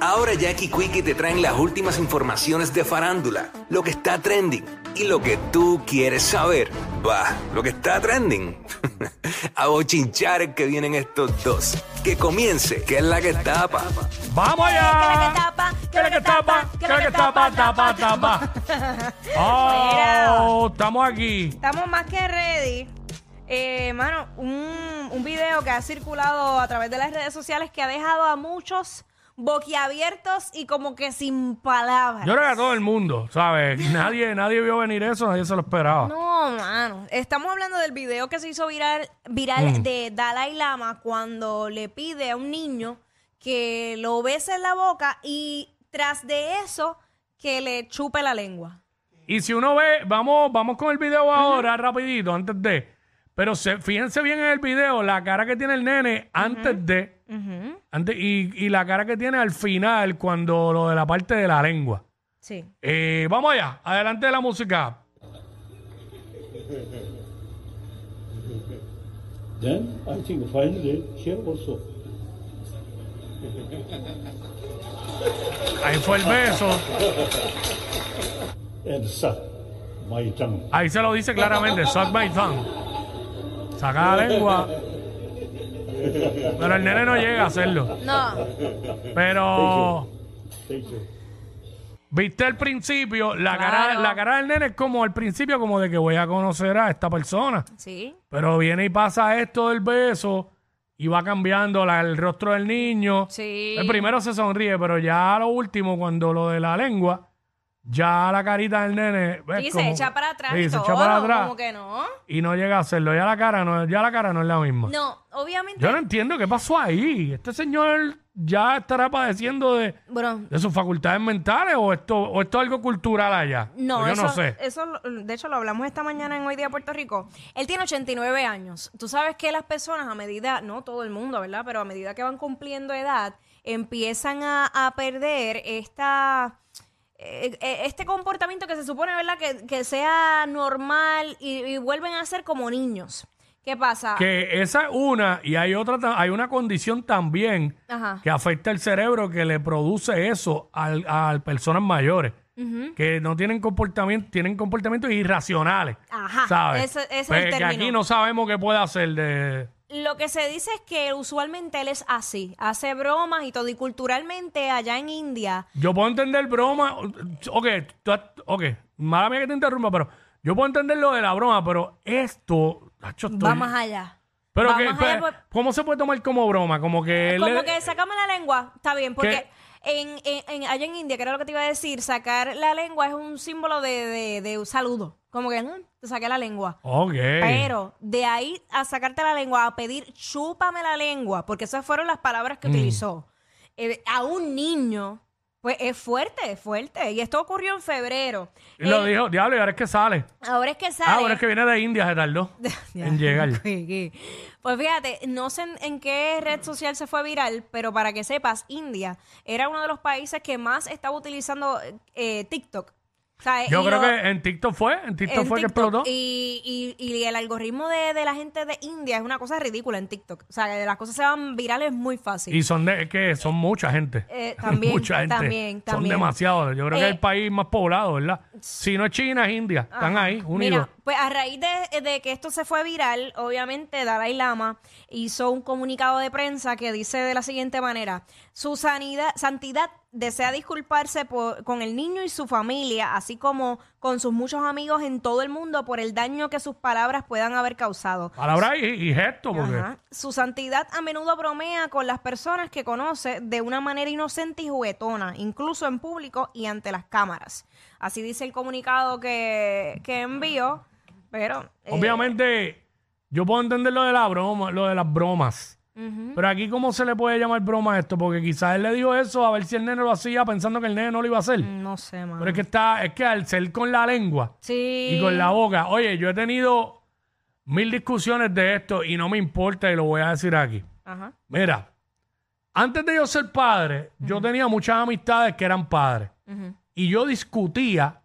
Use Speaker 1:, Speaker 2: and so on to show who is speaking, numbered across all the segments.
Speaker 1: Ahora Jackie Quickie te traen las últimas informaciones de farándula, lo que está trending y lo que tú quieres saber. Va, lo que está trending. a bochinchar que vienen estos dos. Que comience, que es la que tapa.
Speaker 2: ¡Vamos
Speaker 3: ¿Qué
Speaker 2: allá!
Speaker 3: tapa?
Speaker 2: ¿Qué que tapa? ¿Qué que tapa? Tapa, tapa. Oh, estamos aquí.
Speaker 3: Estamos más que ready. Eh, mano, un, un video que ha circulado a través de las redes sociales que ha dejado a muchos boquiabiertos y como que sin palabras.
Speaker 2: Yo creo que a todo el mundo, ¿sabes? Nadie, nadie vio venir eso, nadie se lo esperaba.
Speaker 3: No, mano. Estamos hablando del video que se hizo viral, viral
Speaker 2: Mm.
Speaker 3: de Dalai Lama cuando le pide a un niño que lo bese en la boca y tras de eso que le chupe la lengua.
Speaker 2: Y si uno ve, vamos, vamos con el video ahora, rapidito, antes de. Pero se- fíjense bien en el video, la cara que tiene el nene antes de. antes, y, y la cara que tiene al final, cuando lo de la parte de la lengua.
Speaker 3: Sí.
Speaker 2: Eh, vamos allá, adelante de la música.
Speaker 4: Then I think finally here also.
Speaker 2: Ahí fue el beso.
Speaker 4: And suck my tongue.
Speaker 2: Ahí se lo dice claramente, suck my tongue. Saca la lengua. Pero el nene no llega a hacerlo.
Speaker 3: No.
Speaker 2: Pero
Speaker 4: Thank you.
Speaker 2: viste al principio, la cara,
Speaker 3: Claro.
Speaker 2: la cara del nene es como al principio, como de que voy a conocer a esta persona.
Speaker 3: Sí.
Speaker 2: Pero viene y pasa esto del beso y va cambiando la- el rostro del niño.
Speaker 3: Sí.
Speaker 2: El primero se sonríe, pero ya a lo último, cuando lo de la lengua, ya la carita del nene. ves
Speaker 3: Y se
Speaker 2: como-
Speaker 3: echa para atrás
Speaker 2: Sí,
Speaker 3: y
Speaker 2: se
Speaker 3: todo.
Speaker 2: echa para atrás.
Speaker 3: Como que no.
Speaker 2: y no llega a hacerlo. Ya la cara no, ya la cara no es la misma.
Speaker 3: No, obviamente.
Speaker 2: Yo no entiendo qué pasó ahí. Este señor ya estará padeciendo de,
Speaker 3: Bueno,
Speaker 2: de sus facultades mentales o esto, o esto es algo cultural allá.
Speaker 3: no,
Speaker 2: Yo
Speaker 3: eso,
Speaker 2: no sé.
Speaker 3: eso, lo- de hecho, lo hablamos esta mañana en Hoy Día Puerto Rico. Él tiene 89 años. Tú sabes que las personas, a medida, no todo el mundo, ¿verdad? Pero a medida que van cumpliendo edad, empiezan a, a perder esta. eh, eh, Este comportamiento que se supone, ¿verdad?, que, que sea normal y, y vuelven a ser como niños. ¿Qué pasa?
Speaker 2: Que esa es una y hay otra, ta- hay una condición también
Speaker 3: Ajá.
Speaker 2: que afecta el cerebro que le produce eso al- a personas mayores. Que no tienen comportamiento, tienen comportamientos irracionales.
Speaker 3: Ajá,
Speaker 2: ¿sabes?
Speaker 3: ese- ese es
Speaker 2: Pues
Speaker 3: el
Speaker 2: que
Speaker 3: término.
Speaker 2: aquí no sabemos qué puede hacer de.
Speaker 3: Lo que se dice es que usualmente él es así, hace bromas y todo, y culturalmente allá en India,
Speaker 2: Yo puedo entender broma. Ok, tú has- ok. Mala mía que te interrumpa, pero yo puedo entender lo de la broma, pero esto. tacho, estoy-
Speaker 3: va más allá.
Speaker 2: Pero
Speaker 3: va
Speaker 2: que,
Speaker 3: más allá,
Speaker 2: pe-
Speaker 3: pues-
Speaker 2: ¿cómo se puede tomar como broma? Como que. él
Speaker 3: Como
Speaker 2: le-
Speaker 3: que sácame la lengua, está bien, porque en, en- en- allá en India, que era lo que te iba a decir, sacar la lengua es un símbolo de, de- de un saludo, como que "Mm, te saqué la lengua.
Speaker 2: Ok.
Speaker 3: Pero de ahí a sacarte la lengua, a pedir chúpame la lengua, porque esas fueron las palabras
Speaker 2: Mm.
Speaker 3: que utilizó eh, a un niño, pues es fuerte, es fuerte. Y esto ocurrió en febrero.
Speaker 2: Y lo
Speaker 3: Él-
Speaker 2: dijo, diablo, y ahora es que sale.
Speaker 3: Ahora es que eh, sale.
Speaker 2: Ah, ahora es que viene de India, se tardó
Speaker 3: Ya.
Speaker 2: en llegar.
Speaker 3: Qué- qué. Pues fíjate, no sé en, en qué red social se fue viral, pero para que sepas, India era uno de los países que más estaba utilizando eh, TikTok. O sea,
Speaker 2: Yo
Speaker 3: y
Speaker 2: creo
Speaker 3: lo-
Speaker 2: que en TikTok fue, en TikTok
Speaker 3: en
Speaker 2: fue que
Speaker 3: TikTok.
Speaker 2: explotó.
Speaker 3: Y, y- y el algoritmo de, de la gente de India es una cosa ridícula en TikTok. O sea, que las cosas se van virales muy fácil.
Speaker 2: Y son de, es que son mucha gente.
Speaker 3: Eh, también,
Speaker 2: mucha gente.
Speaker 3: también,
Speaker 2: Son
Speaker 3: también.
Speaker 2: demasiados. Yo creo que
Speaker 3: Eh,
Speaker 2: es el país más poblado, ¿verdad? Si no es China, es India. Están
Speaker 3: Ajá.
Speaker 2: ahí, unidos.
Speaker 3: Mira, pues a raíz de, de que esto se fue viral, obviamente Dalai Lama hizo un comunicado de prensa que dice de la siguiente manera: Su sanidad, santidad desea disculparse por- con el niño y su familia, así como con sus muchos amigos en todo el mundo por el daño que sus palabras puedan haber causado.
Speaker 2: Palabra y, y gesto, porque.
Speaker 3: Ajá. Su santidad a menudo bromea con las personas que conoce de una manera inocente y juguetona, incluso en público y ante las cámaras. Así dice el comunicado que, que envió, pero... eh,
Speaker 2: Obviamente, yo puedo entender lo de la broma, lo de las bromas. Pero aquí, ¿cómo se le puede llamar broma a esto? Porque quizás él le dijo eso a ver si el nene lo hacía pensando que el nene no lo iba a hacer.
Speaker 3: No sé, mano.
Speaker 2: Pero es que está, es que al ser con la lengua
Speaker 3: sí.
Speaker 2: y con la boca, oye, yo he tenido mil discusiones de esto y no me importa y lo voy a decir aquí.
Speaker 3: Ajá.
Speaker 2: Mira, antes de yo ser padre, yo tenía muchas amistades que eran padres. Y yo discutía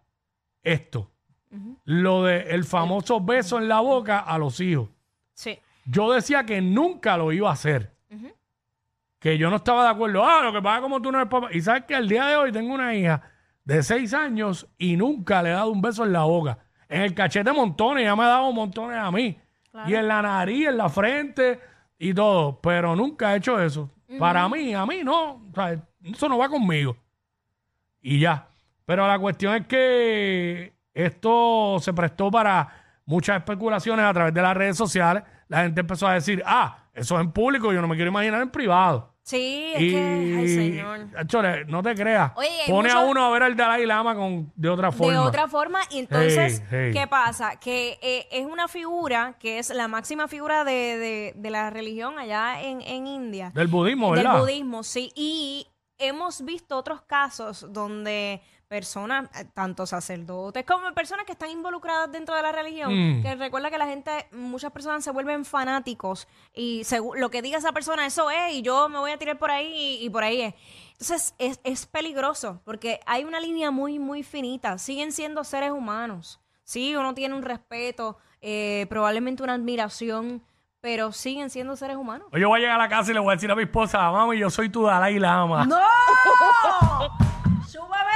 Speaker 2: esto, lo de el famoso beso en la boca a los hijos.
Speaker 3: Sí.
Speaker 2: Yo decía que nunca lo iba a hacer. Que yo no estaba de acuerdo. Ah, lo que pasa es como tú no eres papá. Y sabes que al día de hoy tengo una hija de seis años y nunca le he dado un beso en la boca. En el cachete montones, ya me ha dado montones a mí. Y en la nariz, en la frente y todo. Pero nunca he hecho eso. Para mí, a mí no. O sea, eso no va conmigo. Y ya. Pero la cuestión es que esto se prestó para muchas especulaciones a través de las redes sociales. La gente empezó a decir, ah, eso es en público, yo no me quiero imaginar en privado.
Speaker 3: Sí, es
Speaker 2: y,
Speaker 3: que. Ay, señor.
Speaker 2: Chole, no te creas.
Speaker 3: Oye, hay
Speaker 2: Pone a
Speaker 3: mucho-
Speaker 2: uno a ver al Dalai Lama con, de otra forma.
Speaker 3: De otra forma, y entonces,
Speaker 2: hey.
Speaker 3: ¿qué pasa? Que eh, es una figura que es la máxima figura de, de- de la religión allá en, en India.
Speaker 2: Del budismo,
Speaker 3: Del
Speaker 2: ¿verdad?
Speaker 3: budismo, sí. Y hemos visto otros casos donde personas, eh, tanto sacerdotes como personas que están involucradas dentro de la religión,
Speaker 2: Mm.
Speaker 3: que recuerda que la gente, muchas personas se vuelven fanáticos y segu- lo que diga esa persona, eso es, y yo me voy a tirar por ahí y, y por ahí es. Entonces es, es peligroso porque hay una línea muy, muy finita. Siguen siendo seres humanos. Sí, uno tiene un respeto, eh, probablemente una admiración, pero siguen siendo seres humanos.
Speaker 2: Oye, Yo voy a llegar a la casa y le voy a decir a mi esposa, mami, yo soy tu Dalai Lama.
Speaker 3: ¡No! ¡Súbame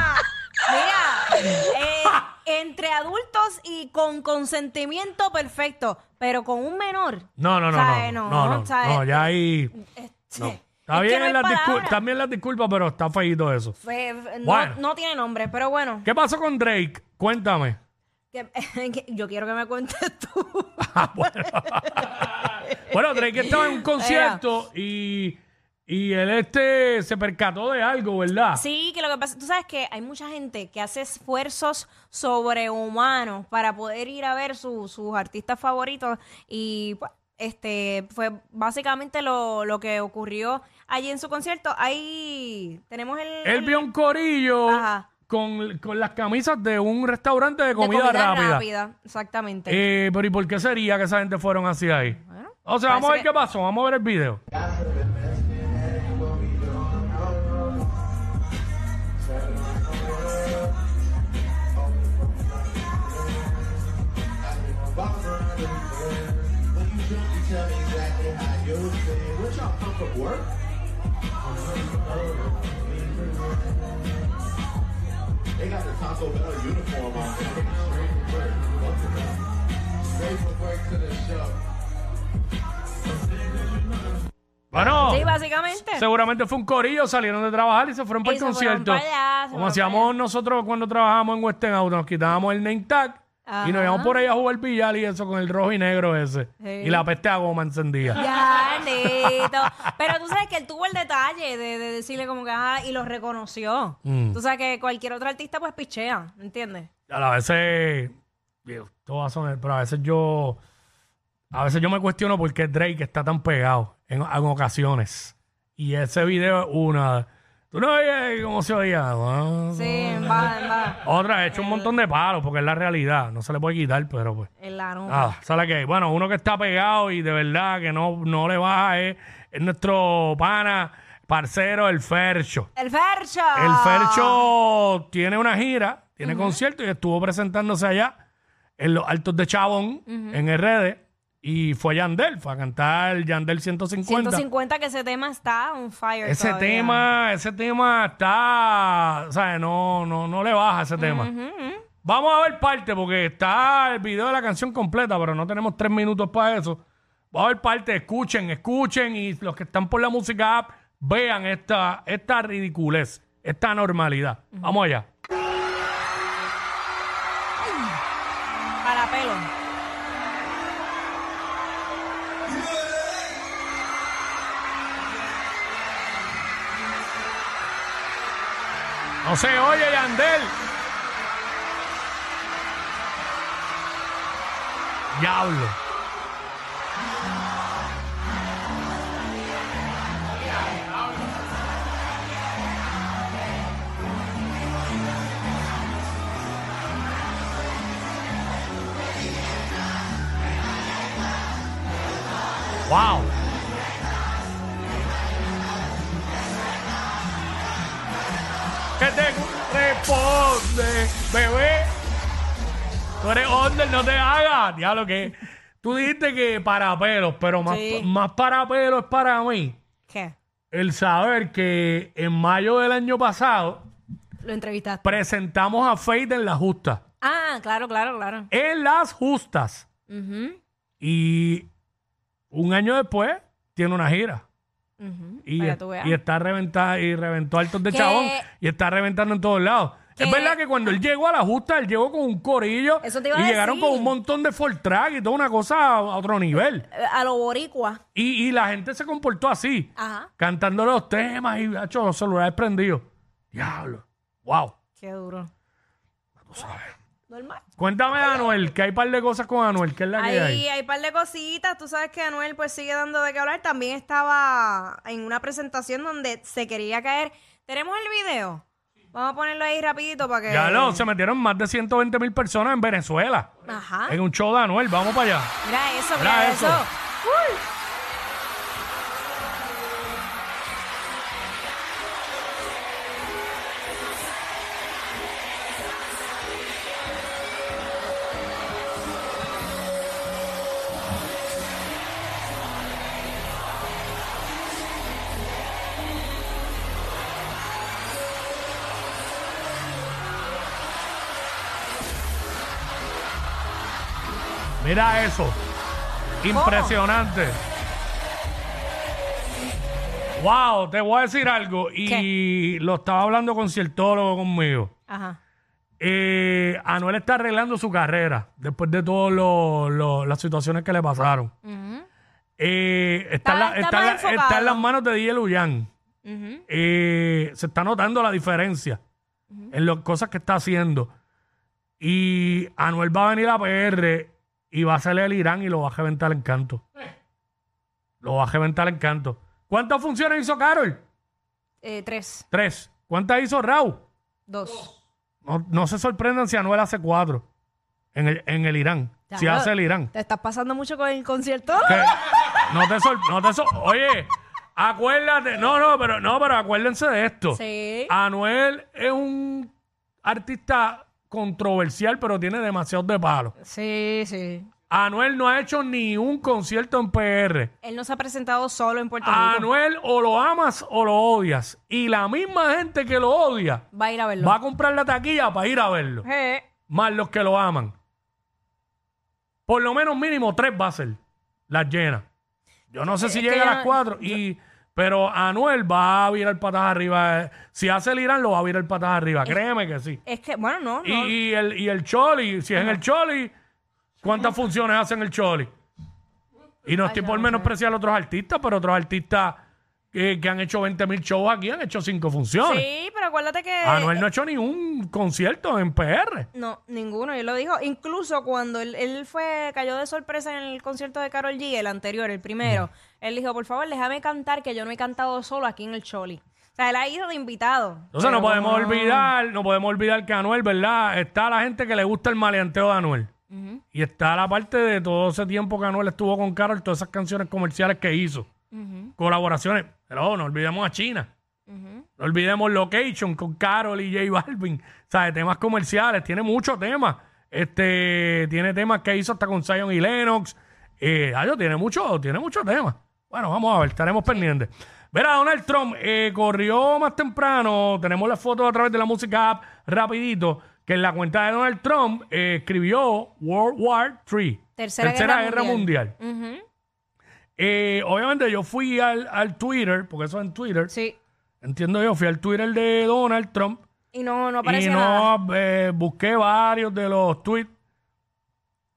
Speaker 3: la lengua! Mira, eh, entre adultos y con consentimiento perfecto, pero con un menor.
Speaker 2: No, no, no,
Speaker 3: ¿Sabe?
Speaker 2: no, no, no,
Speaker 3: ¿sabe?
Speaker 2: no, ya ahí...
Speaker 3: Este,
Speaker 2: no.
Speaker 3: es
Speaker 2: Está
Speaker 3: que
Speaker 2: bien
Speaker 3: no hay
Speaker 2: las discul-
Speaker 3: palabras.
Speaker 2: está bien las disculpas, pero está feíto eso.
Speaker 3: Fe- fe- no-
Speaker 2: Bueno.
Speaker 3: no, tiene nombre, pero bueno.
Speaker 2: ¿Qué pasó con Drake? Cuéntame.
Speaker 3: que- que- yo quiero que me cuentes tú.
Speaker 2: Ah, bueno. bueno, Drake estaba en un concierto y, y él este se percató de algo, ¿verdad?
Speaker 3: Sí, que lo que pasa, tú sabes que hay mucha gente que hace esfuerzos sobrehumanos para poder ir a ver su- sus artistas favoritos y pues, este fue básicamente lo, lo que ocurrió allí en su concierto. Ahí tenemos el,
Speaker 2: Él vio un corillo
Speaker 3: Ajá.
Speaker 2: con, con las camisas de un restaurante de
Speaker 3: de
Speaker 2: comida, rápida.
Speaker 3: exactamente.
Speaker 2: Eh, pero ¿y por qué sería que esa gente fueron así ahí?
Speaker 3: Bueno,
Speaker 2: o sea, vamos a ver
Speaker 3: parece
Speaker 2: qué pasó, vamos a ver el video.
Speaker 5: They got the Taco Bell uniform on. Straight from work to the show.
Speaker 2: Bueno,
Speaker 3: sí, básicamente.
Speaker 2: seguramente fue un corillo, salieron de trabajar y se fueron para
Speaker 3: Y
Speaker 2: el
Speaker 3: se fueron
Speaker 2: concierto.
Speaker 3: para allá, se
Speaker 2: Como
Speaker 3: fueron
Speaker 2: hacíamos
Speaker 3: para allá.
Speaker 2: nosotros cuando trabajábamos en Western Auto, nos quitábamos el name tag y nos
Speaker 3: Ajá.
Speaker 2: íbamos por ahí a jugar billar y eso con el rojo y negro ese.
Speaker 3: Sí.
Speaker 2: Y la peste a goma encendida.
Speaker 3: Ya, neto. Pero tú sabes que él tuvo el detalle de, de decirle como que, ah, y lo reconoció. Tú sabes que cualquier otro artista pues pichea, ¿entiendes?
Speaker 2: A veces, digo, todas son, pero a veces yo, a veces yo me cuestiono por qué Drake está tan pegado en, en ocasiones. Y ese video es una. ¿Tú no oías cómo se oía?
Speaker 3: Sí, en baja, en baja.
Speaker 2: Otra, he hecho un montón de palos porque es la realidad. No se le puede quitar, pero pues.
Speaker 3: En la nuca.
Speaker 2: Nada, ¿sabes qué? Bueno, uno que está pegado y de verdad que no, no le baja es, es nuestro pana, parcero, el Fercho.
Speaker 3: El Fercho.
Speaker 2: El Fercho tiene una gira, tiene concierto y estuvo presentándose allá en los Altos de Chabón, en RD, y fue Yandel, fue a cantar Yandel 150.
Speaker 3: 150 que ese tema está on fire.
Speaker 2: Ese
Speaker 3: todavía.
Speaker 2: tema, ese tema está, o sea, no, no, no le baja ese tema. Vamos a ver parte, porque está el video de la canción completa, pero no tenemos tres minutos para eso. Vamos a ver parte, escuchen, escuchen, y los que están por la música app, vean esta, esta ridiculez, esta normalidad. Vamos allá.
Speaker 3: Para pelo.
Speaker 2: No se oye, Yandel. Diablo. ¡Wow! ¿Qué te responde, bebé? Tú eres under, no te hagas. Diablo, que tú dijiste que para pelos, pero más,
Speaker 3: Sí.
Speaker 2: más para pelos es para mí
Speaker 3: ¿Qué?
Speaker 2: el saber que en mayo del año pasado
Speaker 3: Lo entrevistaste.
Speaker 2: presentamos a Fade en las justas.
Speaker 3: Ah, claro, claro, claro.
Speaker 2: En las justas.
Speaker 3: Ujú,
Speaker 2: Y un año después tiene una gira.
Speaker 3: ujú.
Speaker 2: Y,
Speaker 3: Para que tú veas.
Speaker 2: y está reventada y reventó altos de
Speaker 3: Que-
Speaker 2: chabón y está reventando en todos lados. Es
Speaker 3: que- ah.
Speaker 2: verdad que cuando él llegó a la justa, él llegó con un corillo
Speaker 3: Eso te iba a
Speaker 2: y llegaron
Speaker 3: decir.
Speaker 2: con un montón de full track y toda una cosa a otro nivel.
Speaker 3: Eh, A lo boricua.
Speaker 2: Y, y la gente se comportó así,
Speaker 3: Ajá.
Speaker 2: cantando los temas y hecho los celulares prendidos. Diablo. Wow.
Speaker 3: Qué duro. Normal.
Speaker 2: Cuéntame de Anuel, que hay un par de cosas con Anuel, que es la que
Speaker 3: Ahí
Speaker 2: hay.
Speaker 3: hay un par de cositas. Tú sabes que Anuel pues sigue dando de qué hablar. También estaba en una presentación donde se quería caer. ¿Tenemos el video? Vamos a ponerlo ahí rapidito para que...
Speaker 2: Ya lo, se metieron más de 120 mil personas en Venezuela.
Speaker 3: Ajá.
Speaker 2: En un show de Anuel, vamos para allá.
Speaker 3: Mira eso, mira,
Speaker 2: Mira
Speaker 3: eso.
Speaker 2: eso.
Speaker 3: Uy.
Speaker 2: Mira eso. Impresionante. Wow, te voy a decir algo. Y lo estaba hablando con ciertólogo conmigo.
Speaker 3: Ajá.
Speaker 2: Eh, Anuel está arreglando su carrera después de todas las situaciones que le pasaron. Eh, está, en la-
Speaker 3: Está- está
Speaker 2: está en la-
Speaker 3: más enfocado.
Speaker 2: está en las manos de DJ Luyan. Eh, se está notando la diferencia en las cosas que está haciendo. Y Anuel va a venir a PR y va a salir el Irán y lo va a reventar en canto. Lo va a reventar en canto. ¿Cuántas funciones hizo Carol?
Speaker 3: Eh, tres,
Speaker 2: Tres. ¿Cuántas hizo Raúl?
Speaker 3: dos.
Speaker 2: No, no se sorprendan si Anuel hace cuatro en el, en el Irán.
Speaker 3: Ya,
Speaker 2: si
Speaker 3: pero-
Speaker 2: hace el Irán.
Speaker 3: ¿Te estás pasando mucho con el concierto?
Speaker 2: Que- no te sor- no te sor- Oye, acuérdate. No, no, pero no, pero acuérdense de esto.
Speaker 3: Sí.
Speaker 2: Anuel es un artista controversial, pero tiene demasiados de palos.
Speaker 3: Sí, sí.
Speaker 2: Anuel no ha hecho ni un concierto en PR.
Speaker 3: Él no se ha presentado solo en Puerto Rico.
Speaker 2: Anuel o lo amas o lo odias. Y la misma gente que lo odia
Speaker 3: Va a ir a verlo.
Speaker 2: va a comprar la taquilla para ir a verlo.
Speaker 3: Eh,
Speaker 2: más los que lo aman. Por lo menos mínimo tres va a ser las llenas. Yo no sé si
Speaker 3: es que
Speaker 2: llega a
Speaker 3: ya-
Speaker 2: las cuatro, y, pero Anuel va a virar patas arriba. eh. Si hace el Irán, lo va a virar patas arriba. Créeme que sí.
Speaker 3: Es que, bueno, no,
Speaker 2: Y,
Speaker 3: no.
Speaker 2: y el, y el Choli, si es en el Choli, ¿cuántas funciones hacen el Choli? Y no estoy por menospreciar a otros artistas, pero otros artistas que, que han hecho 20 mil shows aquí han hecho cinco funciones.
Speaker 3: Sí, pero acuérdate que...
Speaker 2: Anuel no ha hecho ni un concierto en PR.
Speaker 3: No, ninguno, él lo dijo. Incluso cuando él, él fue, cayó de sorpresa en el concierto de Carol G, el anterior, el primero, él dijo, por favor, déjame cantar que yo no he cantado solo aquí en el Choli. O sea, él ha ido de invitado.
Speaker 2: Entonces no
Speaker 3: Pero
Speaker 2: podemos
Speaker 3: como-
Speaker 2: olvidar, no podemos olvidar que Anuel, ¿verdad? Está la gente que le gusta el maleanteo de Anuel. Y está la parte de todo ese tiempo que Anuel estuvo con Carol, todas esas canciones comerciales que hizo. Colaboraciones. Pero no olvidemos a China. No olvidemos Location con Carol y J Balvin. O sea, de temas comerciales. Tiene muchos temas. Este, tiene temas que hizo hasta con Zion y Lennox. Eh, ay, tiene mucho, tiene muchos temas. Bueno, vamos a ver, estaremos pendientes. Verá, Donald Trump eh, corrió más temprano. Tenemos la foto a través de la música app rapidito. Que en la cuenta de Donald Trump eh, escribió World War III.
Speaker 3: Tercera Guerra Mundial.
Speaker 2: Mundial. Eh, obviamente yo fui al, al Twitter, porque eso es en Twitter.
Speaker 3: Sí.
Speaker 2: Entiendo yo, fui al Twitter de Donald Trump
Speaker 3: Y no, no
Speaker 2: y
Speaker 3: aparecía nada.
Speaker 2: no eh, busqué varios de los tweets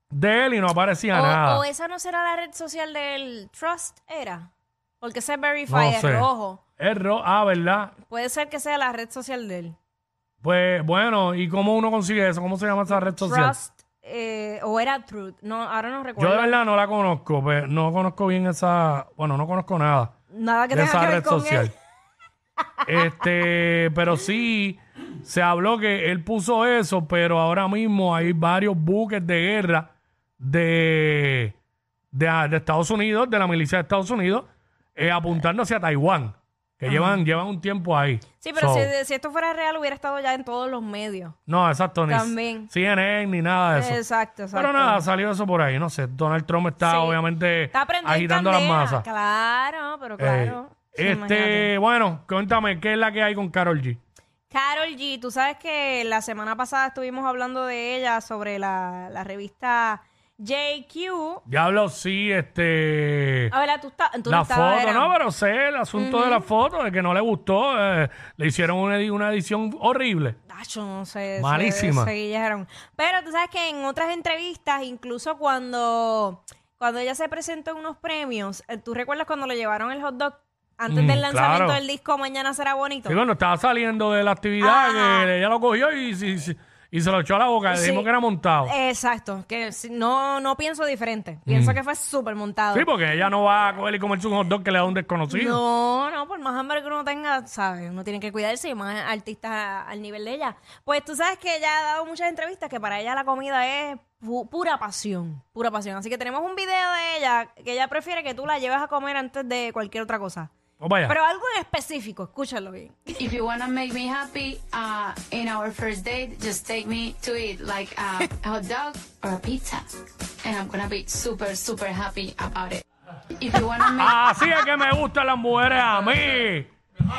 Speaker 2: de él y no aparecía nada.
Speaker 3: O, o esa no será la red social del Trust, era. Porque ese Verify
Speaker 2: No
Speaker 3: es
Speaker 2: sé.
Speaker 3: rojo.
Speaker 2: Es ro- ah, ¿verdad?
Speaker 3: Puede ser que sea la red social de él.
Speaker 2: Pues bueno, ¿y cómo uno consigue eso? ¿Cómo se llama esa red social?
Speaker 3: Trust, eh, o era Truth. No, ahora
Speaker 2: Yo
Speaker 3: no
Speaker 2: de
Speaker 3: recuerdo.
Speaker 2: verdad no la conozco, pues, no conozco bien esa, bueno, no conozco nada
Speaker 3: nada que
Speaker 2: de
Speaker 3: tenga que
Speaker 2: esa
Speaker 3: ver
Speaker 2: red
Speaker 3: con
Speaker 2: social.
Speaker 3: él.
Speaker 2: Este, pero sí se habló que él puso eso, pero ahora mismo hay varios buques de guerra de de, ah, de Estados Unidos, de la milicia de Estados Unidos, eh, apuntando hacia Taiwán, que llevan, llevan un tiempo ahí.
Speaker 3: Sí, pero
Speaker 2: So,
Speaker 3: si, si esto fuera real hubiera estado ya en todos los medios.
Speaker 2: No, exacto, ni
Speaker 3: También.
Speaker 2: CNN ni nada de eso.
Speaker 3: Exacto, exacto.
Speaker 2: Pero nada, salió eso por ahí, no sé. Donald Trump está
Speaker 3: Sí.
Speaker 2: obviamente
Speaker 3: Está prendido en
Speaker 2: agitando las
Speaker 3: candela.
Speaker 2: masas.
Speaker 3: Claro, pero
Speaker 2: Eh,
Speaker 3: claro. Sí, imagínate.
Speaker 2: este, bueno, cuéntame, ¿qué es la que hay con Carol G?
Speaker 3: Carol G, tú sabes que la semana pasada estuvimos hablando de ella sobre la, la revista JQ.
Speaker 2: Ya hablo, sí, este...
Speaker 3: A ver, tú, estás tú no
Speaker 2: La
Speaker 3: estabas,
Speaker 2: foto,
Speaker 3: era-
Speaker 2: no, pero sé el asunto de la foto, de que no le gustó, eh, le hicieron una, edi- una edición horrible.
Speaker 3: Tacho, no sé. se-
Speaker 2: Malísima.
Speaker 3: Se, guillaron. Pero tú sabes que en otras entrevistas, incluso cuando, cuando ella se presentó en unos premios, eh, ¿tú recuerdas cuando le llevaron el hot dog antes
Speaker 2: Mm,
Speaker 3: del lanzamiento
Speaker 2: claro.
Speaker 3: del disco Mañana será bonito?
Speaker 2: Sí, cuando estaba saliendo de la actividad,
Speaker 3: Ajá.
Speaker 2: que ella lo cogió y, se- se- y se lo echó a la boca,
Speaker 3: Sí. Eh,
Speaker 2: dijimos que era montado.
Speaker 3: Exacto, que si- no, no pienso diferente. Pienso que fue súper montado.
Speaker 2: Mm. Sí, porque ella no va a coger y comerse un hot dog que le da un desconocido.
Speaker 3: No, no, por más hambre que uno tenga, ¿sabes? Uno tiene que cuidarse y más artistas a- al nivel de ella. Pues tú sabes que ella ha dado muchas entrevistas que para ella la comida es pu- pura pasión, pura pasión. Así que tenemos un video de ella que ella prefiere que tú la lleves a comer antes de cualquier otra cosa.
Speaker 2: Vamos para allá.
Speaker 3: Pero algo en específico, escúchalo bien.
Speaker 6: If you want to make me happy uh, in our first date, just take me to eat like a hot dog or a pizza. And I'm going to be super, super happy about it. If you want to make
Speaker 2: Así es que me gustan las mujeres a mí.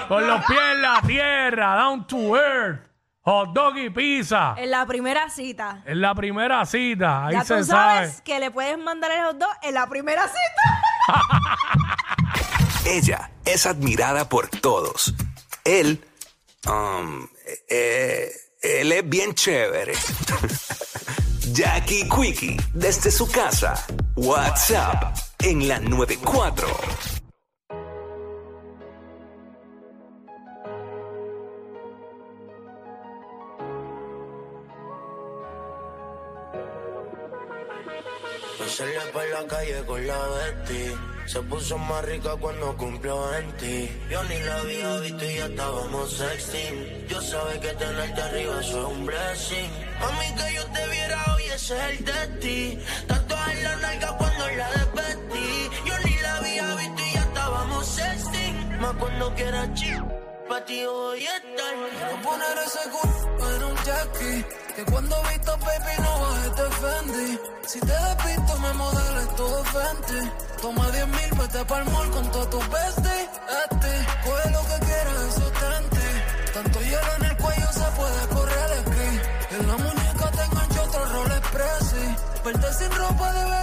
Speaker 2: Con los pies en la tierra, down to earth, hot dog y pizza.
Speaker 3: En la primera cita.
Speaker 2: Es la primera cita, ahí
Speaker 3: ya
Speaker 2: se
Speaker 3: tú
Speaker 2: sabe.
Speaker 3: sabes que le puedes mandar a los dos en la primera cita.
Speaker 1: Ella es admirada por todos. Él, um, eh, él es bien chévere. Jackie Quickie, desde su casa. WhatsApp en la 94.
Speaker 7: Me sale por la calle con la Betty. Se puso más rica cuando cumplió 20. Yo ni la había visto y ya estábamos sexting. Yo sabe que tenerte arriba eso es un blessing. Mami, que yo te viera hoy, ese es el de ti. Tatuaje en la nalga cuando la despedí. Yo ni la había visto y ya estábamos sexting. Más cuando quieras chill, pa' ti yo voy a estar. Voy a poner ese culo en un jackie. Que cuando visto baby no bajes de Fendi. Si te despisto me modelas todo Fendi. Toma 10 mil, vete pa'l mall con todas tus besties. Este, coge lo que quieras, eso tente. Tanto hielo en el cuello se puede correr el esquí. En la muñeca tengo yo otro rol express. Verte sin ropa debe